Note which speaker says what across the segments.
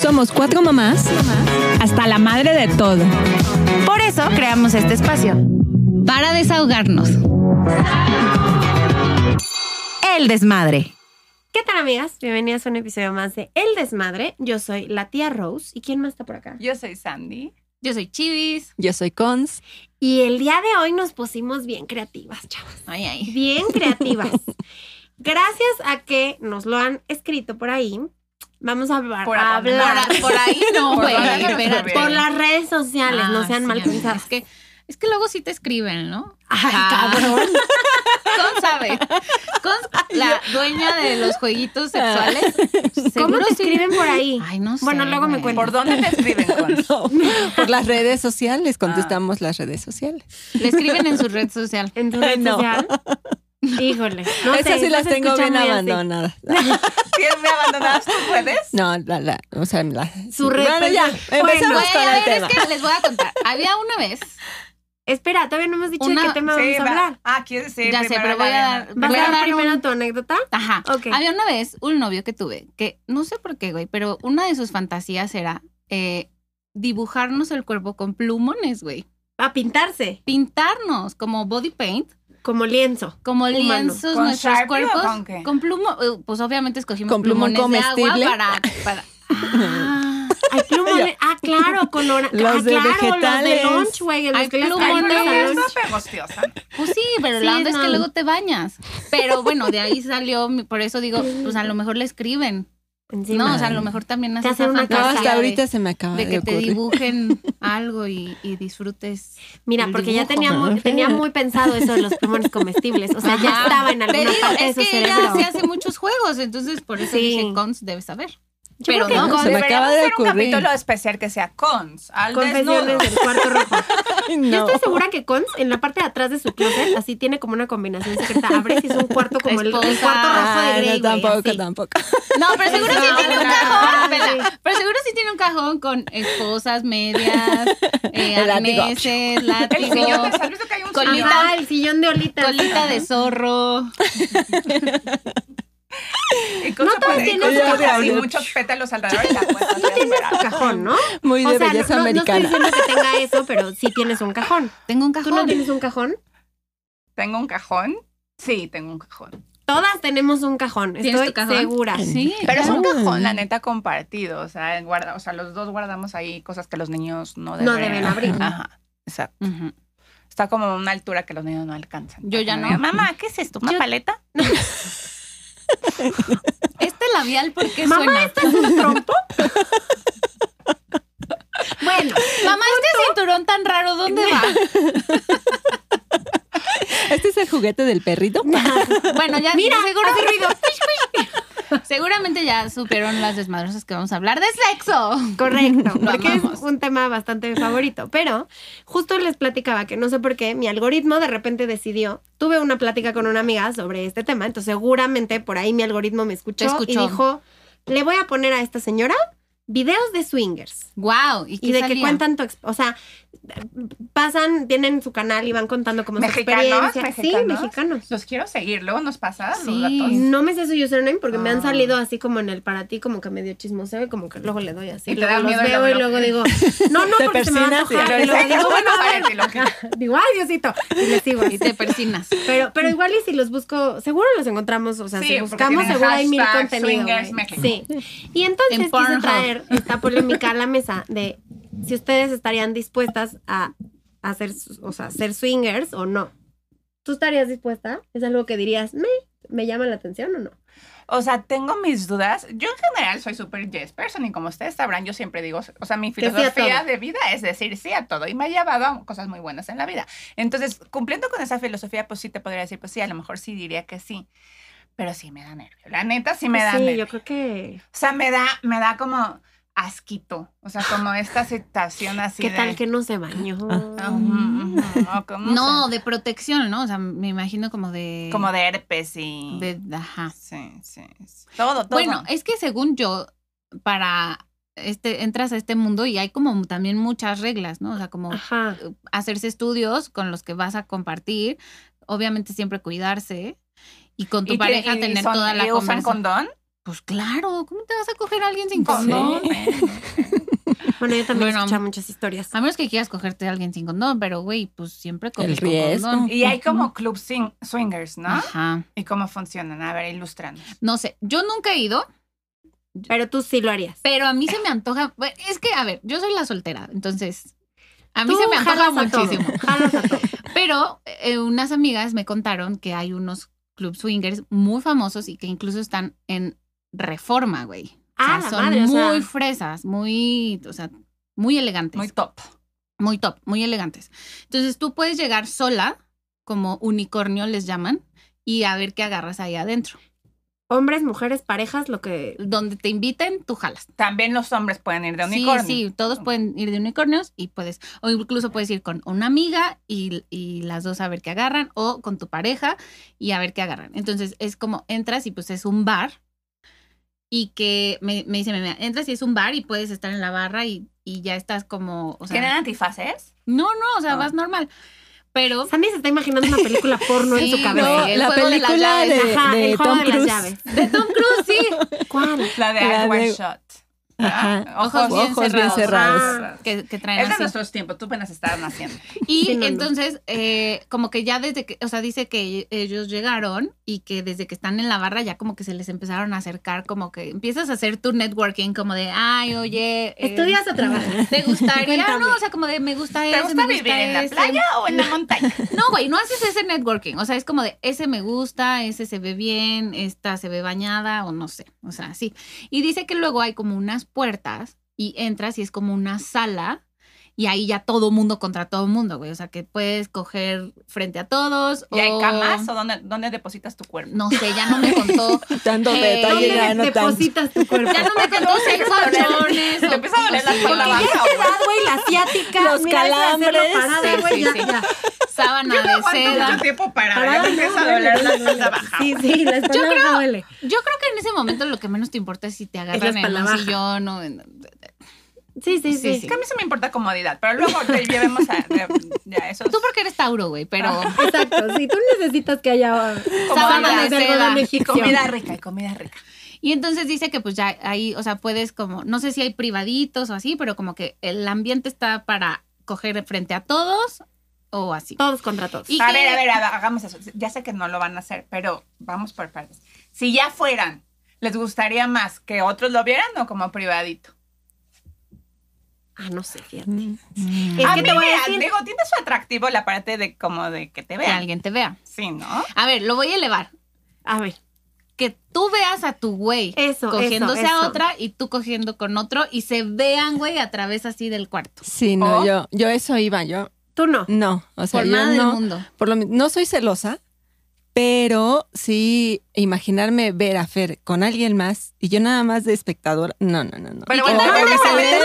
Speaker 1: Somos cuatro mamás
Speaker 2: hasta la madre de todo.
Speaker 3: Por eso creamos este espacio.
Speaker 4: para desahogarnos.
Speaker 3: El desmadre.
Speaker 5: ¿Qué tal, amigas? Bienvenidas a un episodio más de El Desmadre. Yo soy la tía Rose. ¿Y quién más está por acá?
Speaker 2: Yo soy Sandy.
Speaker 4: Yo soy Chivis.
Speaker 1: Yo soy Cons.
Speaker 5: Y el día de hoy nos pusimos bien creativas, chavas.
Speaker 4: Ay, ay.
Speaker 5: Bien creativas. Gracias a que nos lo han escrito por ahí, vamos a hablar.
Speaker 2: Por
Speaker 5: a
Speaker 2: acá,
Speaker 5: hablar.
Speaker 4: Por, por ahí no,
Speaker 2: Por
Speaker 4: güey.
Speaker 2: ahí no,
Speaker 4: espérate.
Speaker 2: güey.
Speaker 5: Por las redes sociales,
Speaker 4: Ah,
Speaker 5: no sean
Speaker 4: sí,
Speaker 5: mal
Speaker 4: amiga,
Speaker 5: pensadas.
Speaker 4: Es que, es que luego sí te escriben, ¿no?
Speaker 5: Ay,
Speaker 4: Ah.
Speaker 5: cabrón.
Speaker 4: Con sabe. Con la dueña de los jueguitos sexuales.
Speaker 5: ¿Cómo
Speaker 4: seguro
Speaker 5: te
Speaker 4: sí.
Speaker 5: escriben por ahí?
Speaker 4: Ay, no sé.
Speaker 5: Bueno, luego me
Speaker 4: güey.
Speaker 5: cuentas.
Speaker 2: ¿Por dónde te escriben, Cons?
Speaker 1: Por las redes sociales, contestamos las redes sociales.
Speaker 4: Le escriben en su red social.
Speaker 5: En tu red
Speaker 1: No.
Speaker 5: social. Híjole. No
Speaker 1: Esas
Speaker 5: sé,
Speaker 1: sí las
Speaker 5: se
Speaker 1: tengo
Speaker 5: escucha
Speaker 1: bien
Speaker 5: muy así.
Speaker 1: abandonadas.
Speaker 2: ¿Tienes me abandonadas tú puedes?
Speaker 1: No, la, la, o sea, la.
Speaker 5: Su red
Speaker 1: Bueno, ya,
Speaker 5: social.
Speaker 1: empezamos
Speaker 4: Güey,
Speaker 1: con
Speaker 4: a
Speaker 1: el
Speaker 4: ver,
Speaker 1: tema.
Speaker 4: es que les voy a contar. Había una vez.
Speaker 5: Espera, todavía no hemos dicho
Speaker 4: Una-
Speaker 5: de qué tema vamos a
Speaker 2: va.
Speaker 5: hablar.
Speaker 2: Ah, quieres decir
Speaker 4: Ya sé,
Speaker 2: primero
Speaker 4: pero
Speaker 2: la
Speaker 4: voy a
Speaker 2: Diana.
Speaker 4: dar-
Speaker 5: ¿Vas
Speaker 4: Voy
Speaker 5: a
Speaker 4: a
Speaker 5: dar
Speaker 4: dar
Speaker 5: primero
Speaker 4: un-
Speaker 5: tu anécdota?
Speaker 4: Ajá.
Speaker 5: Ok.
Speaker 4: Había una vez un novio que tuve que no sé por qué, güey, pero una de sus fantasías era eh, dibujarnos el cuerpo con plumones, güey.
Speaker 5: A pintarse,
Speaker 4: Pintarnos como body paint,
Speaker 5: como lienzo.
Speaker 4: como
Speaker 5: Humano.
Speaker 4: lienzos
Speaker 2: ¿Con
Speaker 4: nuestros
Speaker 2: Sharpie o
Speaker 4: cuerpos.
Speaker 2: con qué?
Speaker 4: plumo, eh, pues obviamente escogimos
Speaker 1: ¿Con plumón
Speaker 4: plumones de
Speaker 1: comestible?
Speaker 4: agua para. para- Ah,
Speaker 5: Hay plumones. ah, claro, color.
Speaker 1: Los
Speaker 5: ah,
Speaker 1: de
Speaker 5: claro,
Speaker 1: vegetales.
Speaker 5: Los de lunch, güey. los
Speaker 4: Hay
Speaker 5: que les
Speaker 2: Ay,
Speaker 4: plumones.
Speaker 5: cortas
Speaker 2: pero
Speaker 5: al
Speaker 2: es
Speaker 5: lunch.
Speaker 2: súper gostiosa.
Speaker 4: pues sí, pero
Speaker 5: Sí,
Speaker 4: la onda es
Speaker 5: no.
Speaker 4: que luego te bañas. Pero bueno, de ahí salió, mi- por eso digo, pues a lo mejor le escriben.
Speaker 5: Encima.
Speaker 4: no, o sea, a lo mejor también
Speaker 5: Te
Speaker 4: haces
Speaker 5: hacen una
Speaker 1: No, hasta
Speaker 4: de-
Speaker 1: ahorita se me acaba de,
Speaker 4: de que te
Speaker 1: ocurrir.
Speaker 4: dibujen algo y, y disfrutes.
Speaker 5: Mira,
Speaker 4: el
Speaker 5: porque ya
Speaker 4: dibujo.
Speaker 5: tenía muy, tenía muy pensado eso de los plumones comestibles. O sea, ya
Speaker 4: Ajá.
Speaker 5: estaba en alguna
Speaker 4: Te digo,
Speaker 5: parte de
Speaker 4: es
Speaker 5: su
Speaker 4: que
Speaker 5: cerebro.
Speaker 4: ella se hace muchos juegos, entonces por eso
Speaker 5: Sí.
Speaker 4: dije Cons debe saber.
Speaker 5: Yo
Speaker 4: pero
Speaker 5: creo que
Speaker 4: no,
Speaker 5: con
Speaker 1: se me
Speaker 2: Deberíamos
Speaker 1: acaba de
Speaker 2: hacer un
Speaker 1: ocurrir.
Speaker 2: capítulo especial que sea Cons, al desnudo.
Speaker 5: Confesiones del cuarto rojo.
Speaker 1: Ay,
Speaker 5: Yo
Speaker 1: no.
Speaker 5: estoy segura que Cons, en la parte de atrás de su closet, así tiene como una combinación secreta. Abres y es un cuarto como el, el cuarto
Speaker 4: Esposa.
Speaker 5: rojo de
Speaker 1: Ay,
Speaker 5: Grey,
Speaker 1: Ah, no,
Speaker 5: güey,
Speaker 1: tampoco,
Speaker 5: así.
Speaker 1: tampoco.
Speaker 4: No, pero seguro sí
Speaker 5: No,
Speaker 4: tiene un
Speaker 5: no,
Speaker 4: cajón.
Speaker 5: no,
Speaker 4: espera,
Speaker 5: sí.
Speaker 4: Pero seguro sí tiene un cajón con esposas, medias, eh,
Speaker 1: El látigo.
Speaker 4: arneses,
Speaker 2: El
Speaker 4: látigo,
Speaker 2: sillón de ¿sabes que hay un
Speaker 4: Colita.
Speaker 2: sillón?
Speaker 5: Ajá, el sillón de olitas.
Speaker 4: colita de zorro.
Speaker 2: Y con
Speaker 5: No
Speaker 2: su
Speaker 5: todos
Speaker 2: pared,
Speaker 5: tienen
Speaker 2: con
Speaker 1: su
Speaker 2: su
Speaker 1: cajón.
Speaker 2: cajón y muchos pétalos alrededor y la puerta
Speaker 5: No tienes tu
Speaker 2: cerrada.
Speaker 5: cajón, ¿no?
Speaker 1: Muy de belleza
Speaker 5: no, no- no
Speaker 1: americana.
Speaker 5: estoy diciendo que tenga eso, pero sí tienes un cajón.
Speaker 4: Tengo un
Speaker 5: ¿Tú no
Speaker 4: cajón.
Speaker 5: tienes un cajón?
Speaker 2: ¿Tengo un cajón? Sí, tengo un cajón.
Speaker 5: Todas tenemos un cajón,
Speaker 4: ¿Tienes
Speaker 5: estoy
Speaker 4: tu cajón?
Speaker 5: segura.
Speaker 4: Sí,
Speaker 2: Pero es un
Speaker 1: Claro.
Speaker 2: cajón, la neta, compartido. O sea, guarda, o sea, los dos guardamos ahí cosas que los niños no deben,
Speaker 5: No deben abrir.
Speaker 2: Ajá, exacto.
Speaker 4: Ujú.
Speaker 2: Está como a una altura que los niños no alcanzan.
Speaker 4: Yo ya
Speaker 2: Como,
Speaker 4: no.
Speaker 2: Mamá, ¿qué es esto? ¿Una
Speaker 5: Yo-
Speaker 2: paleta?
Speaker 4: Este labial, ¿por qué
Speaker 5: Mamá,
Speaker 4: suena?
Speaker 5: ¿este es un trompo? bueno,
Speaker 4: Mamá, este cinturón tan raro, ¿dónde va?
Speaker 1: ¿Este es el juguete del perrito?
Speaker 4: Bueno, ya
Speaker 5: mira,
Speaker 4: seguro,
Speaker 5: hace ruido.
Speaker 4: seguramente ya supieron las desmadrosas que vamos a hablar de sexo.
Speaker 5: Correcto,
Speaker 4: Lo
Speaker 5: porque es
Speaker 4: amamos.
Speaker 5: un tema bastante favorito. Pero justo les platicaba que no sé por qué mi algoritmo de repente decidió. Tuve una plática con una amiga sobre este tema, entonces seguramente por ahí mi algoritmo me escuchó,
Speaker 4: Te escuchó.
Speaker 5: y dijo: Le voy a poner a esta señora videos de swingers.
Speaker 4: Wow, y, qué
Speaker 5: Y de que
Speaker 4: salía?
Speaker 5: cuentan tu exp- o sea, pasan, tienen su canal y van contando como su
Speaker 2: ¿Mexicanos?
Speaker 5: experiencia. Sí,
Speaker 2: ¿Mexicanos?
Speaker 5: mexicanos.
Speaker 2: Los quiero seguir. Luego nos pasas los
Speaker 4: Sí.
Speaker 2: datos.
Speaker 5: No me sé su username porque me han
Speaker 2: Ah.
Speaker 5: salido así como en el para ti, como que medio chismoseo y como que luego le doy así.
Speaker 2: Y te
Speaker 5: luego
Speaker 2: da
Speaker 5: los
Speaker 2: miedo el
Speaker 5: veo y
Speaker 2: doble.
Speaker 5: luego digo, no, no,
Speaker 1: Te
Speaker 5: porque se me va a
Speaker 1: persinas y
Speaker 5: antojar.
Speaker 2: lo
Speaker 5: Y luego
Speaker 2: dices,
Speaker 5: digo, bueno,
Speaker 2: bueno,
Speaker 5: a ver.
Speaker 2: cállate, lo
Speaker 5: Ajá. Digo, ay, Diosito. Y le sigo
Speaker 4: Y
Speaker 5: así.
Speaker 4: te persinas.
Speaker 5: Pero,
Speaker 4: Mm.
Speaker 5: pero igual y si los busco, seguro los encontramos, o sea,
Speaker 2: Sí,
Speaker 5: si
Speaker 2: porque
Speaker 5: buscamos
Speaker 2: tienen
Speaker 5: seguro hay mil
Speaker 2: hashtag
Speaker 5: contenido.
Speaker 2: Swingers
Speaker 5: güey.
Speaker 2: México.
Speaker 5: Sí. Y entonces
Speaker 4: En
Speaker 5: quise
Speaker 4: Pornhub.
Speaker 5: traer esta polémica a la mesa de si ustedes estarían dispuestas a hacer, o sea, ser swingers o no. ¿Tú estarías dispuesta? ¿Es algo que dirías, me, me llama la atención o no?
Speaker 2: O sea, tengo mis dudas. Yo en general soy súper yes person y como ustedes sabrán, yo siempre digo, o sea, mi
Speaker 5: Que sí a
Speaker 2: filosofía
Speaker 5: todo.
Speaker 2: de vida es decir sí a todo y me ha llevado a cosas muy buenas en la vida. Entonces, cumpliendo con esa filosofía, pues sí te podría decir, pues sí, a lo mejor sí diría que sí. Pero sí me da nervio. La neta sí me da
Speaker 5: sí,
Speaker 2: nervio.
Speaker 5: yo creo que.
Speaker 2: O sea, me da, me da como asquito. O sea, como esta aceptación así
Speaker 5: ¿Qué
Speaker 2: de...
Speaker 5: tal que no se bañó?
Speaker 2: Ujú, ujú, o como-
Speaker 4: No, de protección, ¿no? O sea, me imagino como de.
Speaker 2: Como de herpes y... Ah.
Speaker 4: de. Ajá.
Speaker 2: Sí, sí, sí. Todo, todo.
Speaker 4: Bueno, es que según yo, para este, entras a este mundo y hay como también muchas reglas, ¿no? O sea,
Speaker 2: Ah.
Speaker 4: como
Speaker 5: Ajá.
Speaker 4: eh, hacerse estudios con los que vas a compartir, obviamente siempre cuidarse y con tu
Speaker 2: Y que-
Speaker 4: pareja
Speaker 2: y
Speaker 4: tener
Speaker 2: son-
Speaker 4: toda la
Speaker 2: y usan
Speaker 4: conversación.
Speaker 2: condón?
Speaker 4: Pues claro, ¿cómo te vas a coger a alguien sin
Speaker 2: Pues
Speaker 4: condón?
Speaker 5: Bueno, yo también he
Speaker 4: Bueno,
Speaker 5: escuchado muchas historias.
Speaker 4: A menos que quieras cogerte a alguien sin condón, pero güey, pues siempre con
Speaker 1: El
Speaker 4: con
Speaker 1: riesgo.
Speaker 4: condón.
Speaker 2: Y hay como club swing- swingers, ¿no?
Speaker 4: Ajá.
Speaker 2: ¿Y cómo funcionan? A ver, ilústranos.
Speaker 4: No sé, yo nunca he ido,
Speaker 5: Pero tú sí lo harías.
Speaker 4: pero a mí se me antoja. bueno, Es que, a ver, yo soy la soltera, entonces a mí
Speaker 5: Tú
Speaker 4: se me antoja
Speaker 5: jalas a todo,
Speaker 4: muchísimo.
Speaker 5: jalas a todo.
Speaker 4: Pero eh, unas amigas me contaron que hay unos club swingers muy famosos y que incluso están en reforma, güey. O sea,
Speaker 5: Ah, la
Speaker 4: son
Speaker 5: madre, o sea.
Speaker 4: muy fresas, muy, o sea, muy elegantes.
Speaker 2: Muy top.
Speaker 4: muy top, muy elegantes. Entonces tú puedes llegar sola, como unicornio les llaman, y a ver qué agarras ahí adentro.
Speaker 5: Hombres, mujeres, parejas, lo que.
Speaker 4: Donde te inviten, tú jalas.
Speaker 2: También los hombres pueden ir de unicornio. Mm.
Speaker 4: Sí, sí, todos pueden ir de unicornios y puedes, o incluso puedes ir con una amiga y, y las dos a ver qué agarran, o con tu pareja y a ver qué agarran. Entonces es como entras y pues es un bar y que me, me dice, mi amiga, entras y es un bar y puedes estar en la barra y, y ya estás como, o
Speaker 2: ¿Tienen
Speaker 4: sea,
Speaker 2: antifaces?
Speaker 4: no, no, o sea,
Speaker 2: Ah.
Speaker 4: vas normal. Pero
Speaker 5: Sandy se está imaginando una película porno en su
Speaker 4: Sí,
Speaker 5: cabeza.
Speaker 4: güey. El
Speaker 1: la
Speaker 4: juego de las
Speaker 1: película de,
Speaker 4: llaves.
Speaker 5: Ajá,
Speaker 1: de
Speaker 5: el juego
Speaker 1: Tom
Speaker 5: de las
Speaker 1: Cruise.
Speaker 5: llaves.
Speaker 4: De Tom Cruise, sí.
Speaker 5: ¿Cuál?
Speaker 2: La de
Speaker 1: La
Speaker 2: I One
Speaker 1: de-
Speaker 2: Shot.
Speaker 1: Ajá.
Speaker 2: Ah, Ojos, bien,
Speaker 1: Ojos bien
Speaker 2: cerrados.
Speaker 1: cerrados.
Speaker 2: Ah.
Speaker 4: Que, que traen
Speaker 2: Es
Speaker 4: así.
Speaker 2: de
Speaker 4: Eh,
Speaker 2: nuestros tiempos, tú apenas estabas naciendo.
Speaker 4: Y
Speaker 5: Sí, no, no.
Speaker 4: entonces, eh, como que ya desde que, o sea, dice que ellos llegaron y que desde que están en la barra ya como que se les empezaron a acercar, como que empiezas a hacer tu networking, como de, ay, oye. eh,
Speaker 5: ¿Estudias o trabajas?
Speaker 4: ¿Te gustaría?
Speaker 5: Cuéntame.
Speaker 4: no, o sea, como de, me gusta
Speaker 2: ¿Te
Speaker 4: ese,
Speaker 2: gusta
Speaker 4: me
Speaker 2: vivir en la
Speaker 4: ese.
Speaker 2: playa o en la montaña?
Speaker 4: No, güey, no haces ese networking. O sea, es como de ese me gusta, ese se ve bien, esta se ve bañada o no sé. O sea, sí. Y dice que luego hay como unas puertas y entras y es como una sala y ahí ya todo mundo contra todo mundo, güey. O sea, que puedes coger frente a todos.
Speaker 2: ¿Y hay
Speaker 4: o-
Speaker 2: camas o dónde, dónde depositas tu cuerpo?
Speaker 4: No sé, ya no me contó.
Speaker 1: Tanto
Speaker 4: Eh,
Speaker 1: detalle
Speaker 5: ¿Dónde
Speaker 1: ya no tanto.
Speaker 5: depositas tu cuerpo?
Speaker 4: Ya no me contó si hay colchones.
Speaker 2: Te
Speaker 4: o-
Speaker 2: empieza a doler la
Speaker 4: sí,
Speaker 2: espalda
Speaker 4: porque
Speaker 2: baja,
Speaker 5: ¿Qué edad, güey? La asiática.
Speaker 1: Los
Speaker 5: mira, eso de hacerlo
Speaker 1: calambres.
Speaker 5: Parada,
Speaker 4: Sí,
Speaker 5: güey,
Speaker 4: sí,
Speaker 5: ya,
Speaker 4: sí.
Speaker 5: ya.
Speaker 4: Sábana
Speaker 2: Yo no
Speaker 4: de
Speaker 2: aguanto
Speaker 4: seda.
Speaker 2: mucho tiempo parada,
Speaker 5: Parada,
Speaker 2: ya me
Speaker 5: no,
Speaker 2: empieza a
Speaker 5: duele,
Speaker 2: doler la
Speaker 5: duele, duele.
Speaker 2: espalda baja.
Speaker 5: Sí, sí, la espalda baja duele.
Speaker 4: Yo creo que en ese momento lo que menos te importa es si te agarran
Speaker 5: la
Speaker 4: en un
Speaker 5: baja.
Speaker 4: sillón o en-
Speaker 5: Sí, sí,
Speaker 4: Sí,
Speaker 5: sí.
Speaker 4: sí.
Speaker 2: Es que a mí se me importa comodidad, pero luego te llevemos a, ya, eso.
Speaker 4: Tú porque eres Tauro, güey, pero...
Speaker 5: Exacto, sí, tú necesitas que haya
Speaker 4: Sábana de seda.
Speaker 2: Comida rica y comida rica.
Speaker 4: Y entonces dice que pues ya ahí, o sea, puedes como, no sé si hay privaditos o así, pero como que el ambiente está para coger frente a todos o así.
Speaker 5: Todos contra todos.
Speaker 4: Y
Speaker 2: A
Speaker 4: que-
Speaker 2: ver, a ver, a- hagamos eso. Ya sé que no lo van a hacer, pero vamos por partes. Si ya fueran, ¿les gustaría más que otros lo vieran o como privadito?
Speaker 5: Ah, no sé, fíjate.
Speaker 1: Mm.
Speaker 5: Es
Speaker 2: a
Speaker 5: que
Speaker 2: mí,
Speaker 5: te voy a
Speaker 2: me-
Speaker 5: decir-
Speaker 2: digo, tiene su atractivo la parte de como de que te
Speaker 4: Que
Speaker 2: vean.
Speaker 4: alguien te vea.
Speaker 2: Sí, ¿no?
Speaker 4: A ver, lo voy a elevar.
Speaker 5: A ver,
Speaker 4: Que tú veas a tu güey
Speaker 5: eso,
Speaker 4: cogiéndose
Speaker 5: eso,
Speaker 4: a
Speaker 5: eso.
Speaker 4: otra y tú cogiendo con otro y se vean, güey, a través así del cuarto.
Speaker 1: Sí, no,
Speaker 2: ¿O?
Speaker 1: yo, yo eso iba, yo
Speaker 5: Tú no.
Speaker 1: no, o sea,
Speaker 4: Por
Speaker 1: yo
Speaker 4: nada del
Speaker 1: no,
Speaker 4: mundo.
Speaker 1: por lo mi- no soy celosa, pero sí imaginarme ver a Fer con alguien más y yo nada más de espectador, no, no, no, no.
Speaker 2: Pero
Speaker 1: O-
Speaker 2: bueno,
Speaker 1: o-
Speaker 2: también
Speaker 1: o-
Speaker 2: se
Speaker 1: o-
Speaker 2: vale.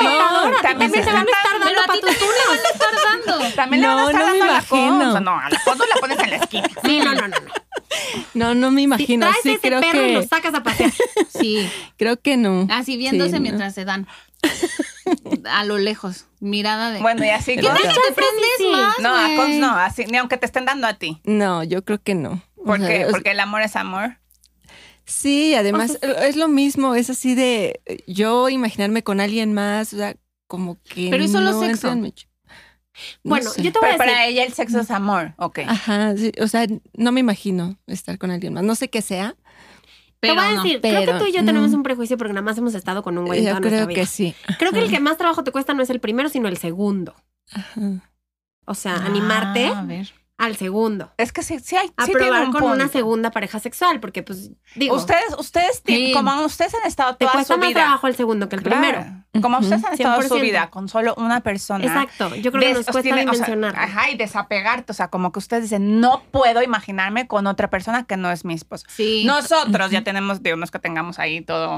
Speaker 1: No,
Speaker 5: Ahora,
Speaker 2: también
Speaker 1: o sea,
Speaker 5: se van a estar
Speaker 4: Pero
Speaker 5: dando
Speaker 4: a
Speaker 5: pa'
Speaker 4: ti
Speaker 5: tus
Speaker 4: también le van a estar dando.
Speaker 2: También le van a
Speaker 1: No,
Speaker 2: estar
Speaker 1: no me
Speaker 2: dando la
Speaker 1: imagino.
Speaker 2: concha. No, a la foto la pones en la esquina.
Speaker 5: Sí, no, no, no. no.
Speaker 1: no, no me
Speaker 5: Si
Speaker 1: imagino.
Speaker 5: traes
Speaker 1: Sí,
Speaker 5: ese
Speaker 1: creo
Speaker 5: perro y lo
Speaker 1: que,
Speaker 5: sacas a pasear.
Speaker 4: Sí,
Speaker 1: creo que no.
Speaker 4: así viéndose
Speaker 1: no.
Speaker 4: mientras se dan. A lo lejos, mirada de...
Speaker 2: Bueno, y así.
Speaker 1: ¿Qué
Speaker 2: con-
Speaker 1: tal
Speaker 4: Ah, te prendes
Speaker 5: sí.
Speaker 4: más,
Speaker 2: No, a cons
Speaker 4: güey.
Speaker 2: no, así, ni aunque te estén dando a ti.
Speaker 1: No, yo creo que no. O
Speaker 2: Porque,
Speaker 1: sea, o-
Speaker 2: porque el amor es amor.
Speaker 1: Sí, además eh, es lo mismo, es así de eh, yo imaginarme con alguien más, o sea, como que.
Speaker 4: Pero es solo
Speaker 1: no
Speaker 4: sexo.
Speaker 1: entran mucho. No
Speaker 5: Bueno,
Speaker 1: sé.
Speaker 5: yo te voy a
Speaker 2: Pero
Speaker 5: decir.
Speaker 2: para ella el sexo es amor. Ok.
Speaker 1: Ajá, sí, o sea, no me imagino estar con alguien más. No sé qué sea.
Speaker 5: Te
Speaker 4: Pero
Speaker 5: voy a
Speaker 4: no.
Speaker 5: decir, creo que
Speaker 1: pero
Speaker 5: tú y yo tenemos
Speaker 2: mm.
Speaker 1: no.
Speaker 5: un prejuicio porque nada más hemos estado con un güey en
Speaker 1: yo
Speaker 5: toda nuestra
Speaker 1: eh, creo
Speaker 5: vida.
Speaker 1: que sí.
Speaker 5: Creo que el que más trabajo te cuesta no es el primero, sino el segundo.
Speaker 1: Ajá.
Speaker 5: O sea, animarte
Speaker 4: Ah, a ver.
Speaker 5: al segundo.
Speaker 2: Es que sí, sí hay.
Speaker 5: A
Speaker 2: sí tiene
Speaker 5: probar
Speaker 2: un
Speaker 5: con una
Speaker 2: punto.
Speaker 5: segunda pareja sexual, porque pues, digo,
Speaker 2: Ustedes, ustedes, ti-
Speaker 4: Sí.
Speaker 2: como ustedes han estado
Speaker 5: te
Speaker 2: toda
Speaker 5: cuesta
Speaker 2: su
Speaker 5: más
Speaker 2: vida.
Speaker 5: trabajo el segundo que el
Speaker 2: Claro.
Speaker 5: primero.
Speaker 2: Como
Speaker 1: Ujú.
Speaker 2: ustedes han estado su
Speaker 5: 100%.
Speaker 2: vida con solo una persona.
Speaker 5: Exacto. Yo creo que
Speaker 2: des-
Speaker 5: nos
Speaker 2: os
Speaker 5: cuesta
Speaker 2: tiene- o sea,
Speaker 5: dimensionar.
Speaker 2: ajá, y desapegarte. O sea, como que ustedes dicen, no puedo imaginarme con otra persona que no es mi esposo.
Speaker 4: Sí.
Speaker 2: Nosotros ya tenemos, digo, no es que tengamos ahí todo.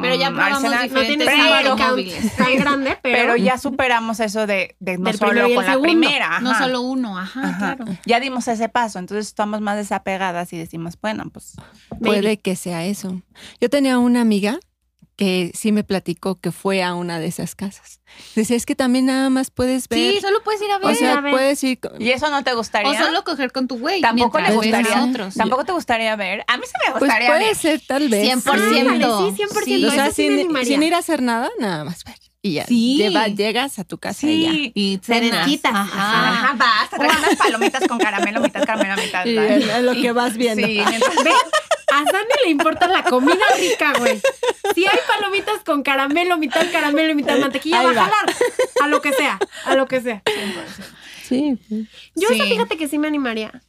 Speaker 4: Pero ya
Speaker 2: un
Speaker 4: probamos
Speaker 2: arsenal,
Speaker 5: no tienes un
Speaker 4: Pero-
Speaker 5: body
Speaker 2: pero,
Speaker 4: varios-
Speaker 5: count
Speaker 4: móviles.
Speaker 5: tan grande, pero,
Speaker 2: pero ya superamos eso de, de no
Speaker 5: Del primero y
Speaker 2: solo
Speaker 5: el
Speaker 2: con la
Speaker 5: segundo.
Speaker 2: primera. ajá.
Speaker 4: No solo uno, ajá,
Speaker 2: Ajá.
Speaker 4: claro.
Speaker 2: Ya dimos ese paso, entonces estamos más desapegadas y decimos, bueno, pues
Speaker 5: Maybe.
Speaker 1: Puede que sea eso. Yo tenía una amiga que sí me platicó que fue a una de esas casas. Dice, es que también nada más puedes ver.
Speaker 4: Sí, solo puedes ir a ver.
Speaker 1: o sea,
Speaker 5: a ver.
Speaker 1: puedes ir. con-
Speaker 2: ¿Y eso no te gustaría?
Speaker 4: O solo coger con tu güey.
Speaker 2: Tampoco
Speaker 4: mientras
Speaker 2: le
Speaker 4: ves a
Speaker 1: gustaría.
Speaker 4: otros.
Speaker 2: ¿Tampoco te gustaría ver? A mí sí me
Speaker 1: Pues
Speaker 2: gustaría
Speaker 1: puede
Speaker 2: ver.
Speaker 1: ser tal vez.
Speaker 5: Ah,
Speaker 4: 100%.
Speaker 5: ándale,
Speaker 4: ciento.
Speaker 5: sí, 100%.
Speaker 4: Sí,
Speaker 1: O
Speaker 5: eso
Speaker 1: sea,
Speaker 5: sí me
Speaker 1: sin, e-
Speaker 5: animaría.
Speaker 1: sin ir a hacer nada, nada más ver. Y ya.
Speaker 4: Sí.
Speaker 1: lleva- llegas a tu casa y ya.
Speaker 2: Sí.
Speaker 4: Y
Speaker 5: Se
Speaker 4: cenas.
Speaker 5: desquitas.
Speaker 4: Ajá.
Speaker 2: Ajá, basta, trae unas palomitas con caramelo, mitad caramelo, mitad.
Speaker 1: Y
Speaker 2: tal.
Speaker 1: es es lo que vas viendo.
Speaker 2: Sí, mientras-
Speaker 5: A Sandy le importa la comida rica, güey. Si hay palomitas con caramelo, mitad caramelo y mitad mantequilla,
Speaker 1: Ahí
Speaker 5: va a
Speaker 1: va.
Speaker 5: jalar. A lo que sea, a lo que sea.
Speaker 1: Sí.
Speaker 5: Yo
Speaker 4: Sí.
Speaker 5: esa, fíjate que sí me animaría.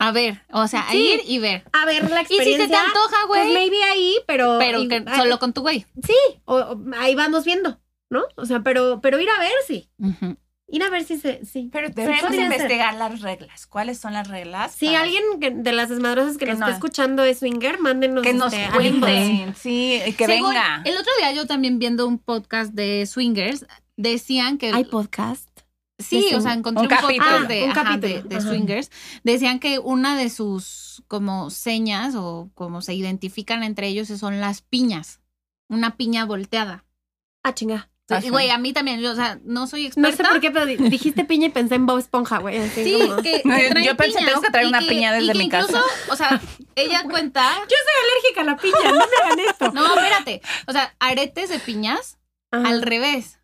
Speaker 4: A ver, o sea, a
Speaker 5: Sí.
Speaker 4: ir y ver.
Speaker 5: A ver, la
Speaker 4: Y si
Speaker 5: experiencia.
Speaker 4: se te antoja,
Speaker 5: pues
Speaker 4: güey.
Speaker 5: maybe ahí, pero.
Speaker 4: pero
Speaker 5: y-
Speaker 4: que
Speaker 5: ah,
Speaker 4: solo con tu güey.
Speaker 5: o- o ahí vamos viendo, ¿no? O sea, pero, pero ir a ver sí.
Speaker 4: Ujú.
Speaker 5: Ir a ver si se. Sí.
Speaker 2: Pero
Speaker 5: podría
Speaker 2: debemos
Speaker 5: ser.
Speaker 2: investigar las reglas. ¿Cuáles son las reglas?
Speaker 5: Si
Speaker 2: para-
Speaker 5: alguien que- de las desmadrosas que,
Speaker 2: Que
Speaker 5: nos
Speaker 2: no.
Speaker 5: está escuchando es swinger, mándenos.
Speaker 2: que nos
Speaker 5: este, ánimos.
Speaker 2: cuenten, sí, y que
Speaker 4: Según-
Speaker 2: venga.
Speaker 4: El otro día yo también viendo un podcast de swingers, decían que
Speaker 5: Hay podcast.
Speaker 4: Sí,
Speaker 5: Sí,
Speaker 4: o
Speaker 5: sí.
Speaker 4: sea, encontré
Speaker 2: Un
Speaker 4: un, podcast
Speaker 2: capítulo.
Speaker 4: de,
Speaker 5: Ah, un
Speaker 4: ajá,
Speaker 5: capítulo.
Speaker 4: de- de
Speaker 5: Ajá.
Speaker 4: swingers. Decían que una de sus como señas o como se identifican entre ellos son las piñas. Una piña volteada.
Speaker 5: Ah, chinga.
Speaker 4: Y güey, a mí también, yo, o sea, no soy
Speaker 5: No
Speaker 4: experta.
Speaker 5: sé por qué, pero di- dijiste piña y pensé en Bob Esponja, güey. así
Speaker 4: Sí,
Speaker 5: como-
Speaker 4: que, que
Speaker 2: No, yo-
Speaker 4: traen
Speaker 2: yo pensé,
Speaker 4: piñas
Speaker 2: tengo que traer
Speaker 4: y
Speaker 2: una piña
Speaker 4: y
Speaker 2: desde
Speaker 4: que
Speaker 2: mi casa.
Speaker 4: incluso, O sea, ella cuenta.
Speaker 5: alérgica a la piña, no me hagan esto.
Speaker 4: No, espérate. O sea, aretes de piñas al revés.